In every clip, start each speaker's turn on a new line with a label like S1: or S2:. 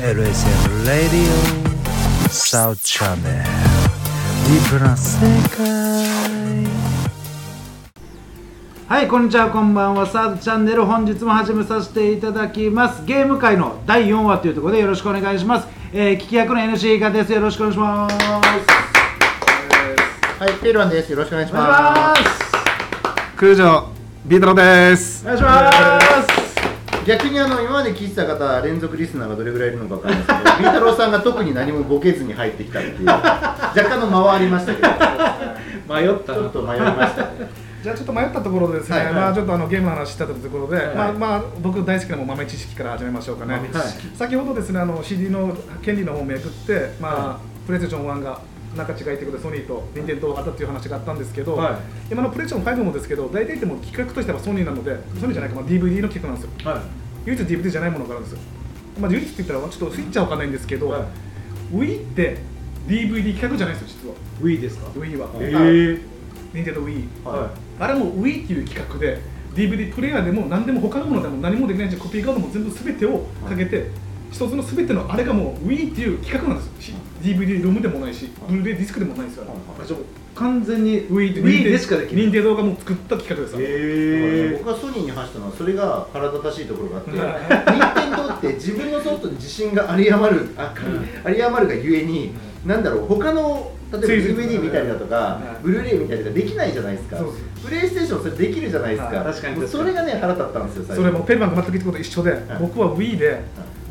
S1: LSM Radio South Channel リブラン世界
S2: はいこんにちはこんばんはサードチャンネル本日も始めさせていただきますゲーム界の第4話というところでよろしくお願いします、えー、聞き役の NC がですよろしくお願いします
S3: はい、ピーロンです。よろしくお願いし
S2: お願
S3: ま
S2: い
S3: す。
S2: します
S4: 空城ビートロです
S2: お願いします
S3: 逆にあの今まで聞いてた方、連続リスナーがどれぐらいいるのかわかんないですけど、ビー太郎さんが特に何もボケずに入ってきたっていう、若干の間はありましたけど、
S2: 迷った
S3: ちょっと迷いました ね。
S4: じゃあちょっと迷ったところでですね、
S3: はいはい
S4: まあちょっとあのゲームの話したところで、
S3: い
S4: まあまあ僕大好きなもう豆知識から始めましょうかね、
S3: 豆知識
S4: はい先ほどですねあの CD の権利の方をめくってまあ、プレイステーション1が仲違いということでソニーと任天堂があったっていう話があったんですけど、
S2: はい
S4: 今のプレイステーション5もですけど大体でも企画としてはソニーなのでソニーじゃないか、まあ、DVD の企画なんですよ
S2: はい
S4: 唯一 DVD じゃないものがあるんですよ、まあ、唯一って言ったらちょっとスイッチは分かんないんですけど、
S2: はい
S4: Wii って DVD 企画じゃないんですよ実は
S2: Wii ですか
S4: Wii は、
S2: え
S4: 任天堂 Wii
S2: ー、は
S4: あれも Wii っていう企画で DVD プレイヤーでも何でも他のものでも何もできないんでコピーカードも全部全てをかけて一つの全てのあれがもう Wii っていう企画なんですよ DVD ロムでもないしブルーレイディスクでもないんですから
S2: いじゃあ完全に Wii で Wii でしかできない
S4: 任天堂がもう作った企画ですから
S2: え
S3: 僕がソニーに話したのは、それが腹立たしいところがあって、任天堂って自分のソフトに自信が有り余る、あ有り余るがゆえに、なんだろう、他の例えば
S4: ついつい
S3: DVD みたいだとか
S4: は、い
S3: ブルーレイみたいなのができないじゃないですか
S4: そうです、
S3: プレイステーション、それできるじゃないです
S2: は
S3: か、
S2: い確かに
S3: もうそれがね、腹立ったんですよ、最
S4: そ
S3: 初
S4: れもペルマンが全く言ってこと一緒で、僕は Wii で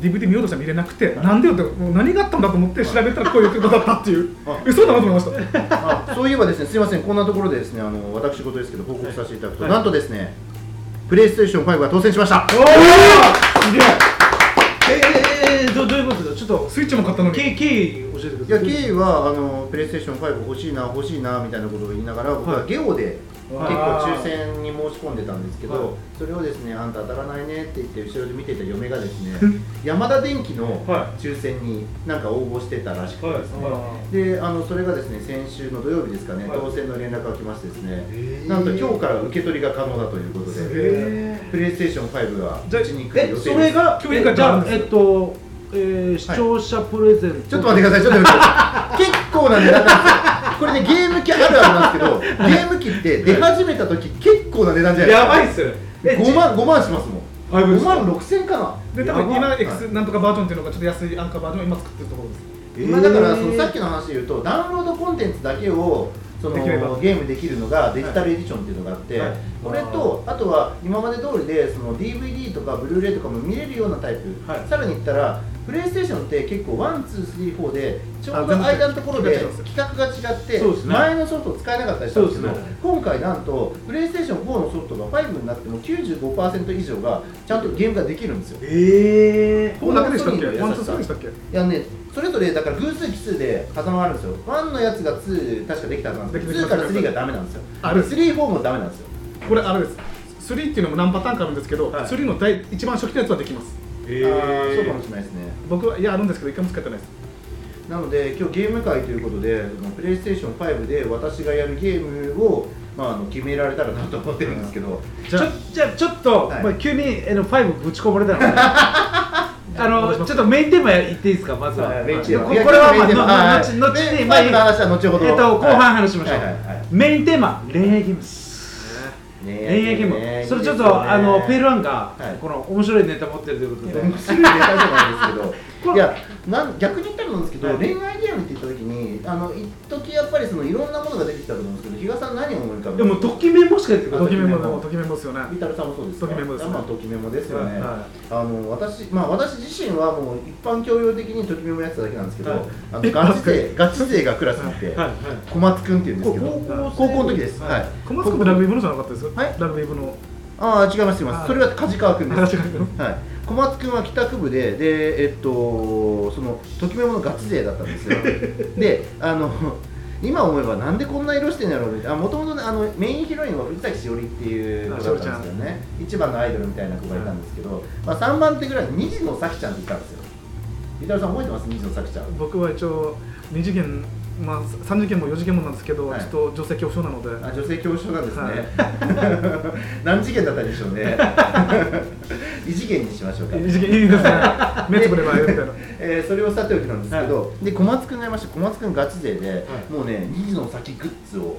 S4: DVD 見ようとしても見れなくて、なんでよってもう何があったんだと思って調べたらこういうことだったっていう
S3: は
S4: 嘘だなと思いました
S3: あそういえばですね、すみません、こんなところでですね、あの私事ですけど報告させていただくと、なんとですね、プレイステーション5が当選しました。
S2: えー、どどういうことだちょっと
S4: スイッチも買ったのに
S2: 経経緯教えてく
S3: いや
S2: ださい
S3: 経緯はあのプレイステーション5欲しいな欲しいなみたいなことを言いながら僕は
S2: はい
S3: ゲオで結
S2: あ
S3: 構
S2: ー
S3: 抽選に申し込んでたんですけど、
S2: はい
S3: それをですねあんた当たらないねって言って後ろで見ていた嫁がですね ヤマダ電機の
S2: はい
S3: 抽選になんか応募してたらしくてですね、
S2: は
S3: であのそれがですね先週の土曜日ですかね、
S2: はい
S3: 当選の連絡が来ましてです
S2: へ
S3: ね
S2: ー
S3: なんと今日から受け取りが可能だということで
S2: へ
S3: プレイステーション5がうち
S4: じゃあ
S3: に来る
S2: え
S3: 予定です
S2: それが
S4: 今日以下
S2: えじゃあ
S4: じゃあ
S2: えっと、えー、視聴者プレゼント、
S3: ちょっと待ってください、ちょっと 待ってください。結構な値段なんですよ。これね、ゲーム機あるあるなんですけど、ゲーム機って出始めた時、結構な値段じゃない
S2: やばいっすよ
S3: ですか。5万、5万しますもん。
S2: あそうで
S3: 5
S2: すか
S3: 万6千かな。
S4: で多分
S2: や
S4: 今
S2: ば
S4: X なんとかバージョンっていうのがちょっと安い安価バージョンを今作ってるところです
S3: まあ、だからそのさっきの話で言うと、ダウンロードコンテンツだけをその
S4: できれば
S3: ゲームできるのがデジタルエディションっていうのがあって、
S2: はいはい
S3: これとあとは今まで通りでその DVD とかブルーレイとかも見れるようなタイプ、
S2: はい
S3: さらに言ったらプレイステーションって結構ワンツースリーフォーでちょう
S4: あ
S3: ど
S4: 全部
S3: 間のところで
S4: 違うんですよ
S3: 企画が違って
S2: そうですね
S3: 前のソフトを使えなかったりしたんですけど
S2: そうですね
S3: 今回なんとプレイステーション4のソフトが5になっても95%以上がちゃんとゲームができるんですよ。
S2: え
S4: ここだけでしたっけ
S3: こんなソニーの
S4: ワン
S3: 優
S4: ツ
S3: し
S4: ース
S3: さ
S4: リーでしたっけ
S3: いやね、それぞれだから偶数奇数で挟まるんですよ。1のやつが2、確かできたはずなんですけ
S4: でき
S3: ど、2
S4: て
S3: か
S4: ます
S3: ら3がダメなんですよ。
S4: ある
S3: 3、4もダメなんですよ。
S4: これあれです3っていうのも何パターンかあるんですけど、
S2: はい
S4: 3の第一番初期のやつはできます
S3: あーそうかもしれないですね。
S4: 僕はいやあるんですけど一回も使ってないです
S3: なので、今日ゲーム会ということで、そのプレイステーション5で私がやるゲームを、まあ、あの決められたらなと思ってるんですけど、
S2: じゃあちょちょっと、
S3: はい
S2: まあ、急にあの5ぶちこぼれたので あのちょっとメインテーマ言っていいですかまずは、
S3: メインテーマ
S2: ここれは、
S3: いや
S2: まあ、
S3: 今日のメインテーマ
S2: の
S3: は
S2: 後後に、まあ、
S3: いでファイブの話は後ほど
S2: えっと後半話しましょう、
S3: はいはいはい
S2: メインテーマ恋愛ゲームです
S3: 恋
S2: 恋愛ゲーム、それちょっと、あのペールワンが、
S3: はい
S2: この面白いネタ持ってるということで、
S3: 面白いネタじゃないですけど
S2: これ
S3: いやなん逆に言ったらなんですけど、
S2: はい
S3: 恋愛ゲームって言った時にあの一時やっぱりそのいろんなものが出てきたと思うんですけど比嘉さん何を思い浮かべ
S2: でも
S3: ます
S2: ドキメモしかやってく
S3: あ
S2: れな
S4: ド
S2: い
S4: キメ
S3: ドキメモ
S4: モのドキメモですよね
S3: ビタルさんもそうですか
S4: ドキメモですね
S3: まあドキメモですよね、
S2: はいは
S3: あの私まあ私自身はもう一般教養的にドキメモやってただけなんですけど、
S2: はい
S3: あのガチ勢ガチ勢がクラスにいて、
S2: はいはい
S3: 小松くんっていうんですけど
S2: これ高校生
S3: 高校の時ですはい、
S4: 小松君もラグビー部のじゃなかったですよ、
S3: はい
S4: ラグビー部の
S3: ああ違います違います、
S4: はい
S3: それは梶川くんです
S4: 梶川君
S3: はい、小松君は帰宅部で、でえっと、そのときめものガチ勢だったんです よ。であの今思えばなんでこんな色してんやろうみたいなもともとメインヒロインは藤崎しおりっていう子だったんですよね一番のアイドルみたいな子がいたんですけど、まあ、3番手ぐらいに二児の咲ちゃんっていたんですよ三田さん覚えてます二児の咲ちゃん
S4: 僕は一応二次元まあ、3次元も4次元もなんですけど、
S3: はい
S4: ちょっと女性恐怖症なので、
S3: あ女性恐怖症なんですね、 何次元だったでしょう ね異次元にしましょうか
S4: いい次元いいですね、目つぶればいいみたいな。
S3: えーそれをさておきなんですけど、で小松君がいました小松君ガチ勢で、もうね二次の先グッズを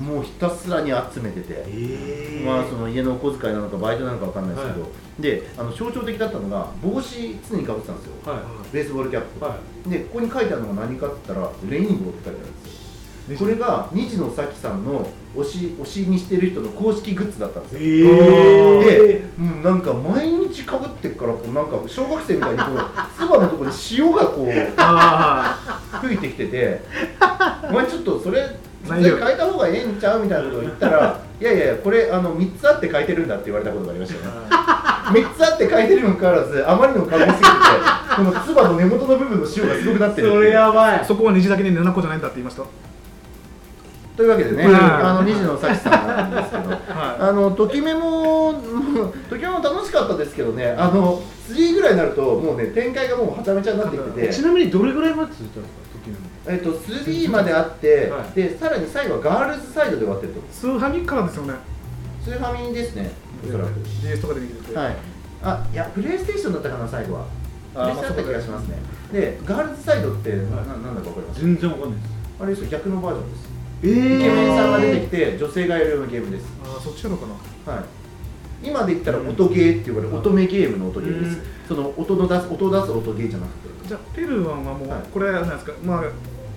S3: もうひたすらに集めてて、
S2: え
S3: まあ、その家のお小遣いなのかバイトなのかわかんないですけど、であの象徴的だったのが帽子常にかぶってたんですよ、
S5: はい
S3: ベースボールキャップ、
S5: は
S3: でここに書いてあるのが何かって言ったらレインボーって書いてあるんですよ
S4: レジ
S3: これが二次のさきさんの推し推しにしてる人の公式グッズだったんですよで、うん、なんか毎日かぶってっからこうなんか小学生みたいにこう つばのところに塩がこう
S4: あ
S3: 吹いてきてて「お前ちょっとそれ
S4: ないよ
S3: 絶対変えた方がええんちゃう?」みたいなことを言ったら「いやいやいやこれあの3つあって変えてるんだ」って言われたことがありましたね3つあって変えてるにもかかわらずあまりにもかぶりすぎてこのつばの根元の部分の塩がすごくなってるっていう
S2: それやば
S4: あ
S2: い
S4: そこは虹だけに7個じゃないんだって言いました。
S3: というわけでね、
S4: うん
S3: あの虹の幸さんなんですけど、あのときめも、うんときめも楽しかったですけどね、あの3ぐらいになると、もうね、展開がもうはちゃめちゃになってきて
S5: ち
S3: て、
S5: なみにどれぐらいまで続いたんですか時々
S3: えっと、3まであって、
S5: はい
S3: でさらに最後はガールズサイドで終わってると、
S4: スーハミからですよね、
S3: スーファミですね、おそらく。
S4: DS とかで見てて、
S3: はい、あいや、プレイステーションだったかな、最後は。プレイステーションだった気がしますね。で、ガールズサイドって、ななんだか分かります
S5: 全然わかんないです
S3: あれですよ、逆のバージョンです。
S2: えー
S3: イケメンさんが出てきて、女性がやるようなゲームです。
S4: あーそっちなのかな。
S3: はい、今で言ったら音ゲーって呼ばれる乙女ゲームの音ゲーです、その音の出す音を出す音ゲーじゃなくて
S4: じゃあ、ペルーワンはもう、
S3: はい
S4: これ、なんですか、まあ、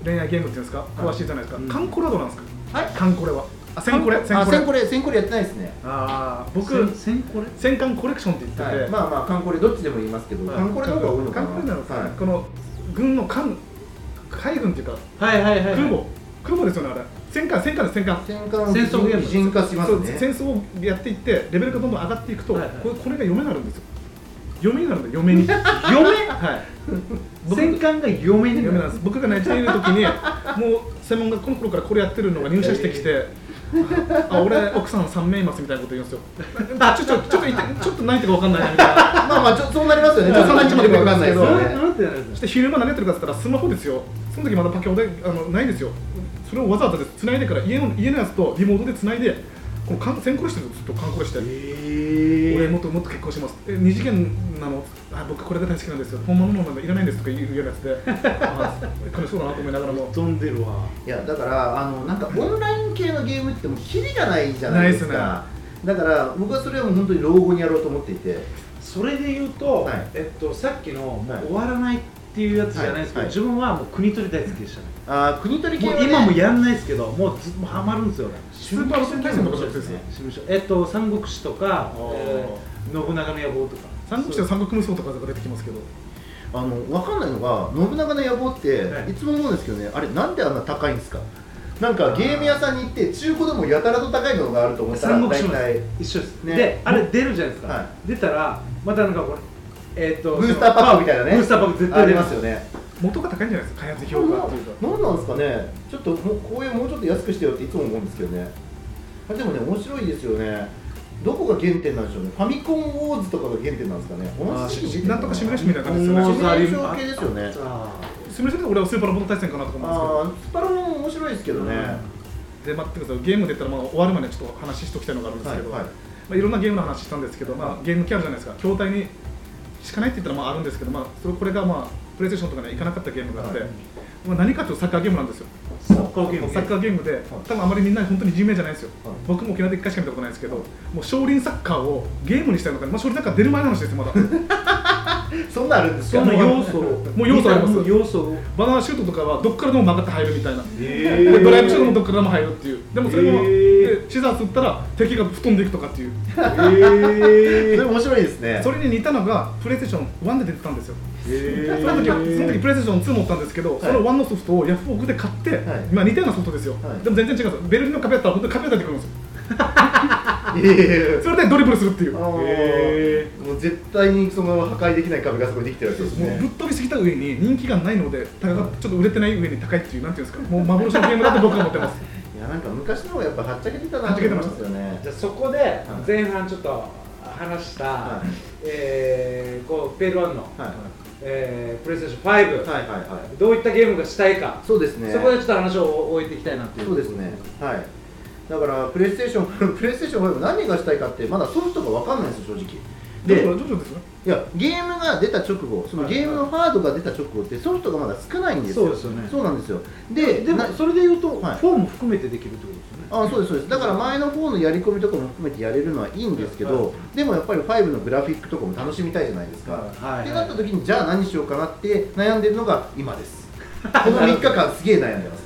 S4: 恋愛ゲームっていうんですか、詳しいじゃないですか、カンコラドなんですか、
S3: はい
S4: カンコレは。あ、センコレ、
S3: あ
S4: セ
S3: セ
S4: ン
S3: ン
S4: コ
S3: コ
S4: レ。
S3: レセンコレやってないですね
S4: ああ、
S2: 僕
S4: 僕、
S2: 先これ
S4: 戦艦コレクションって言ってて、
S3: はい、まあまあカンコレどっちでも言いますけど、
S5: はい
S3: カンコレの方が多いのかな
S4: 韓国なのかな
S3: はい
S4: この軍の艦海軍っていうか
S2: はいはいはい
S4: 空母空母ですよねあれ戦艦戦艦です戦艦
S3: 戦艦
S2: 戦争ゲーム
S3: 擬人化しま
S4: そ
S3: す
S4: う
S3: ね
S4: 戦争をやっていってレベルがどんどん上がっていくと、
S2: はいはい
S4: これこれが嫁になるんですよ嫁になるん だ嫁には
S2: 嫁
S4: い僕
S2: 戦艦が嫁に
S4: 嫁
S2: な
S4: なん
S2: る
S4: です僕が泣いている時にもう専門学校の頃からこれやってるのが入社してき て、あ俺奥さん3名いますみたいなこと言うんですよちょちょちょっと言ってちょっと泣いてか分かんないなみたいな
S3: まあまあちょそうなりますよねちょっと何ちまでも分かんないですけど、ね、
S2: なんてなるん
S4: そ
S2: で
S4: して昼間何やってるかって言ったらスマホですよその時まだパケオであのないですよそれをわざわざで繋いでから家の家のやつとリモートで繋いでこの観線コレしてるんですよずっと観光して、俺もっともっと結婚しますえ二次元なのあ僕これが大好きなんですよ本物のなんだいらないんですとか言うようなやつであ楽しそうだなと思いながらも
S5: 飛んでるわ
S3: いやだからあのなんかオンライン系のゲームってもうキリがないじゃないです
S4: な
S3: かだから僕はそれを本当に老後にやろうと思っていて
S2: それで言うと、
S3: はい
S2: えっと、さっきのもう
S3: はい
S2: 終わらないっていうやつじゃないですけど、
S3: はいはい
S2: 自分はもう国取り大好きでしたね、
S3: あー国取り系は、
S2: もう
S3: ね、
S2: 今もやんないですけどもうずもうハマるんですよね
S4: スーパーロケット大戦とかそうですね
S2: 事務所えっと三国志とか、
S4: ー
S2: えー信長の野望とか
S4: 三国志の三国無双とかが出てきますけど
S3: あの分かんないのが信長の野望って
S2: はい
S3: いつも思うんですけどねあれなんであんな高いんですかなんかゲーム屋さんに行って中古でもやたらと高いのがあると思ったら
S2: 三国
S3: 大
S2: 志も
S3: 体
S2: 一緒です、
S3: ね
S2: であれ出るじゃないですか、
S3: はい
S2: 出たらまたなんかこれえっと
S3: ブースターパックみたいなね
S2: ブースターパック絶対
S3: あ
S2: 出
S3: り
S2: ま
S3: ますす
S2: よ
S3: よね
S4: 元が高いんじゃないですか開発
S3: な
S4: 評
S3: ん
S4: 価っていうか
S3: なんですかねちょっともうこういうもうちょっと安くしてよっていつも思うんですけどねあでもね面白いですよねどこが原点なんでしょうねファミコンウォーズとかが原点なんですかね同
S4: あー
S3: じ
S4: し
S3: 時期
S4: し
S3: に
S4: なんとかシミュレーションみたいな感じです
S3: シミ
S4: よね
S3: ュレーション系ですよね
S2: あ
S4: シミュレーションで俺はスーパーロボット大戦かなとか思うんですけど
S3: ああスパロボも面白いですけどね、
S4: で待ってくださいゲームで言ったらまあ終わるまでちょっと話しておきたいのがあるんですけど、
S3: はいはい
S4: いまあ、いろんなゲームの話したんですけど、まあ、ゲーム機あるじゃないですか筐体にしかないって言ったらまああるんですけど、まあ、それこれがまあプレイステーションとかにはいかなかったゲームがあって、
S3: はい
S4: まあ、何かというとサッカーゲームなんですよ
S2: ーサッカーゲーム
S4: サッカーゲームで多分あまりみんな本当に有名じゃないですよ、
S3: はい
S4: 僕も沖縄で1回しか見たことないですけどもう少林サッカーをゲームにしたいのか、まあ、少林サッカー出る前の話ですよまだ
S3: そんなんあるんです
S2: そ
S3: か
S2: の要素を
S4: もう要素あります
S2: 要素を
S4: バナナシュートとかはどっからでも曲がって入るみたいな、でドライブシュートもどっからでも入るっていうでもそれも、
S5: えー
S4: でシザース打ったら敵が吹っ飛んでいくとかっていう
S5: え
S3: それ面白いですね
S4: それに似たのがプレイステーション1で出てたんですよ、
S5: え
S4: その時はその時プレイステーション2持ったんですけど、その1のソフトをヤフオクで買って、
S3: はい
S4: まあ似たようなソフトですよ、
S3: はい
S4: でも全然違うんですよベルリンの壁だったら本当に壁が出てくるんですよ
S3: ええ
S4: それでドリブルするっていう、もう
S3: えもう絶対にその破壊できない壁がそこにできてるわけです
S4: ぶ
S3: ね
S4: っ飛びすぎた上に人気がないので高かちょっと売れてない上に高いっていうなんていうんですかもう幻のゲームだと僕は思ってます
S3: いやなんか昔の方がやっぱはっちゃけてたな
S4: はっ
S3: と
S4: ちゃけ
S3: 思
S4: て
S3: い
S4: ま
S3: ま
S4: した
S3: すよね
S2: じゃあそこで前半ちょっと話した、
S3: はい
S2: えーこうペルワンの
S3: はい
S2: えープレイステーション5、
S3: はいはいはい
S2: どういったゲームがしたいか、
S3: そうですね
S2: そこでちょっと話を置いていきたいなっていう
S3: そうですねはいだからプレイステーション プレイステーション5何がしたいかってまだソフトが分かんないんですよ正直
S4: で
S3: で
S4: 徐々ですよ
S3: いやゲームが出た直後そのゲームのハードが出た直後ってソフトがまだ少ないんですよ
S2: そうですよね
S3: そうなんですよで
S2: でも
S3: な
S2: それで言うと、
S3: はい
S2: フォーも含めてできるってことですよね
S3: あそうですそうですだから前の方のやり込みとかも含めてやれるのはいいんですけど、でもやっぱり5のグラフィックとかも楽しみたいじゃないですか、
S2: はい
S3: ってなった時にじゃあ何しようかなって悩んでるのが今です この3日間すげえ悩んでます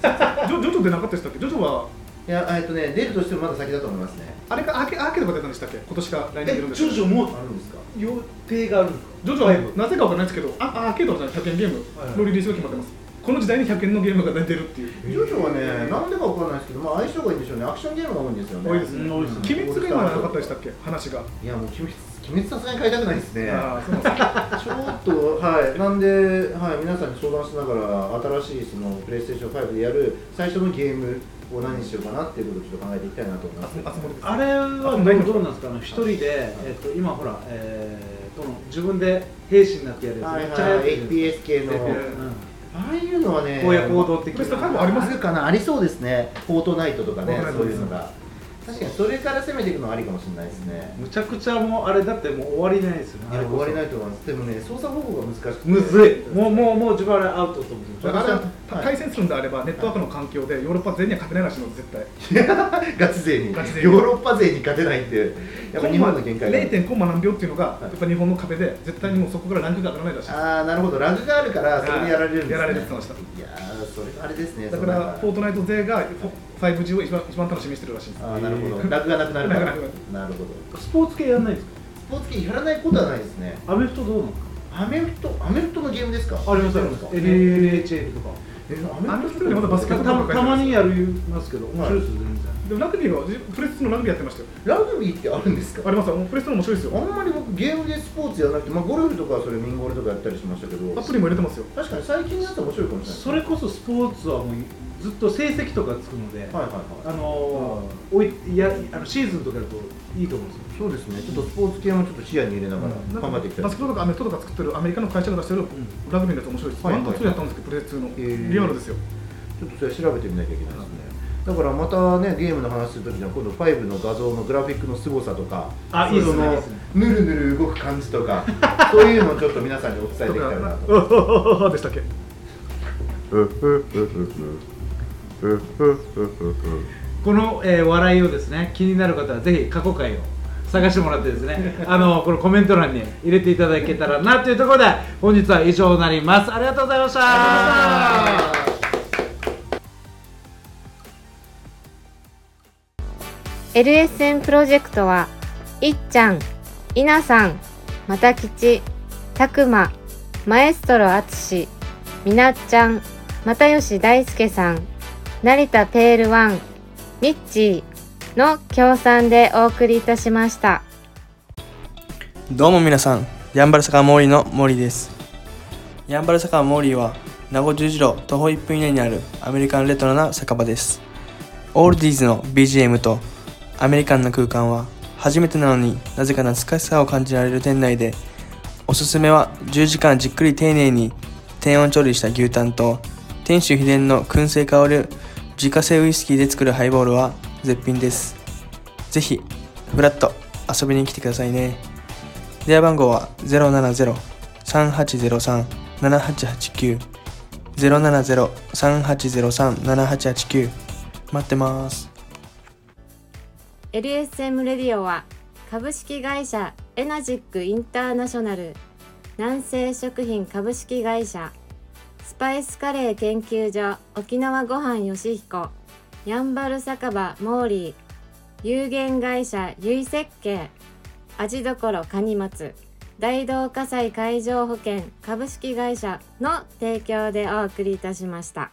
S4: ジョジョジョ出なかったでしたっけジョジョはい
S3: やえっとね出るとしてもまだ先だと思いますね
S4: あれかアーケアーケードが出たんでしたっけ今年か来年出るんです
S2: ョも
S3: あるんですか
S2: 予定があるのか
S4: ジョジョはなぜかわからないですけどあアーケードじゃない100円ゲ
S2: はい
S4: ー
S2: はい
S4: ムのリリースが決まってますこの時代に100円のゲームが出てるっていう
S3: ジョジョはねなんでかわかんないですけど、まあ、相性がいいんでしょうねアクションゲームが多いんですよね
S4: 多いですね
S2: うん多いです
S4: 鬼滅が今なかったでしたっけ話が
S3: いやもう鬼滅鬼滅さすがに買いたくないですね
S4: ああそうなんですね
S3: ちょっと、はい、なんで、はい、皆さんに相談しながら、新しいそのプレイステーション5でやる最初のゲームを何にしようかなっていうことをちょっと考えていきたいなと思います。
S4: あつもです
S2: あれ は
S4: あ
S2: どう
S4: ないの
S2: どうなんですかあの一人で、えっと、今ほら、えー、この自分で兵士になってやるやつ、
S3: はい
S2: めっちゃ流行っ
S3: は
S2: て
S3: い、
S2: る
S3: FPS 系の、
S2: うん
S3: ああいうのはね、
S2: 荒野行動的
S4: プレステ
S2: な
S4: 5ありま
S3: あ
S4: す
S3: るかな、ありそうですね、フォートナイトとかね
S4: フォート
S3: そう
S4: ナイ、ト
S3: いうのが。確かに、それから攻めていくのはありかもしれないですね。
S2: むちゃくちゃもうあれだってもう終わりないですよ
S3: い
S2: ね
S3: や、終わりないいと思います。でもね、操作方法が難しくて。
S2: むずいもうもうもう自分あれアウトだと思う
S4: だからあれは
S3: はい
S4: 対戦するんであればネットワークの環境でヨーロッパ全には勝てないらしいの絶対
S3: ガチ勢に、ヨ
S4: ガチ勢に
S3: ーロッパ勢に勝てないっていう、やっぱ日本の限界が。
S4: 0. コンマ何秒っていうのが
S3: い
S4: やっぱ日本の壁で絶対にもうそこからランクが上がらないらしい
S3: ああなるほどラグがあるからそれでやられるんです、ね、
S4: やられるって言ってま
S3: いやーそれあれですね
S4: だから
S3: そ
S4: フォ
S3: の
S4: ートナイト勢が 5G を一番一番楽しみにしてるらしいんです
S3: あーなるほどラグがなくなるか
S4: ラ
S3: ら
S4: グがなく
S3: なるほど
S2: スポーツ系やんないんですか
S3: スポーツ系やらないことはないですね
S2: アメフトどうなの
S3: アメフトアメフトのゲームですか
S2: ありますあります
S3: か
S2: NHL とか
S3: え
S4: ア
S3: ア
S4: メ
S3: メ
S4: フ
S3: フ
S4: ト
S3: ト
S4: よりまだバスケッ
S2: た
S4: ト
S2: た
S4: の方が
S2: たまにやりますけど面白いですよ全然
S4: でもラグビーはプレステのラグビーやってました
S3: ラ
S4: よ
S3: グビーってあるんです
S4: あ
S3: か
S4: りますよもうプレステの面白いです
S3: あ
S4: よ
S3: んまり僕ゲームでスポーツやらなくて、まあ、ゴルフとかはそれミンゴルとかやったりしましたけど
S4: アプリも入れてますよ
S3: 確かに最近のやつは面白いかもしれない
S2: それこそスポーツはもうずっと成績とかつくので、
S3: はいはい
S2: あ
S3: はい
S2: のーおいいやあのシーズンとかだといいと思うんですよ
S3: そうですねちょっとスポーツ系もちょっと視野に入れながら
S4: なんか
S3: 頑張っていきたい
S4: バスケットとかアメフトとか作ってるアメリカの会社が出してる
S2: ん
S4: ラグビーのやつ面白いです、
S3: はい
S4: ワンとツーやったんですけど、プレステ
S3: へー
S4: のリアルですよ、
S3: ちょっとそれ調べてみなきゃいけないですね。だからまたね、ゲームの話するときには、今度5の画像のグラフィックの凄さとか、
S2: あいいですね
S3: その
S2: いいですね
S3: ぬるぬる動く感じと か、そういうのをちょっと皆さんにお伝え
S4: と
S3: できたらな
S4: か、
S3: と。
S4: うっでしたっけ、
S2: この、えー笑いをですね気になる方はぜひ過去回を探してもらってですね あのこのコメント欄に入れていただけたらなというところで本日は以上になりますありがとうございました
S6: LSN プロジェクトはいっちゃん、いなさん、またきち、たくま、マエストロあつし、みなっちゃん、またよし大輔さん、成田ペールワン、ミッチーの協賛でお送りいたしました。
S7: どうも皆さん、ヤンバル坂モーリーのモーリーです。ヤンバル坂モーリーは、名護十字路徒歩1分以内にあるアメリカンレトロな酒場です。オールディーズの BGM とアメリカンな空間は、初めてなのになぜか懐かしさを感じられる店内で、おすすめは10時間じっくり丁寧に低温調理した牛タンと、店主秘伝の燻製香る自家製ウイスキーで作るハイボールは絶品です。ぜひ、フラッと遊びに来てくださいね。電話番号は070-3803-7889 070-3803-7889待ってます。
S6: LSM レディオは株式会社エナジックインターナショナル南西食品株式会社スパイスカレー研究所沖縄ごはんよしひこやんばる酒場モーリー有限会社ゆい設計味どころかにまつ大同火災海上保険株式会社の提供でお送りいたしました。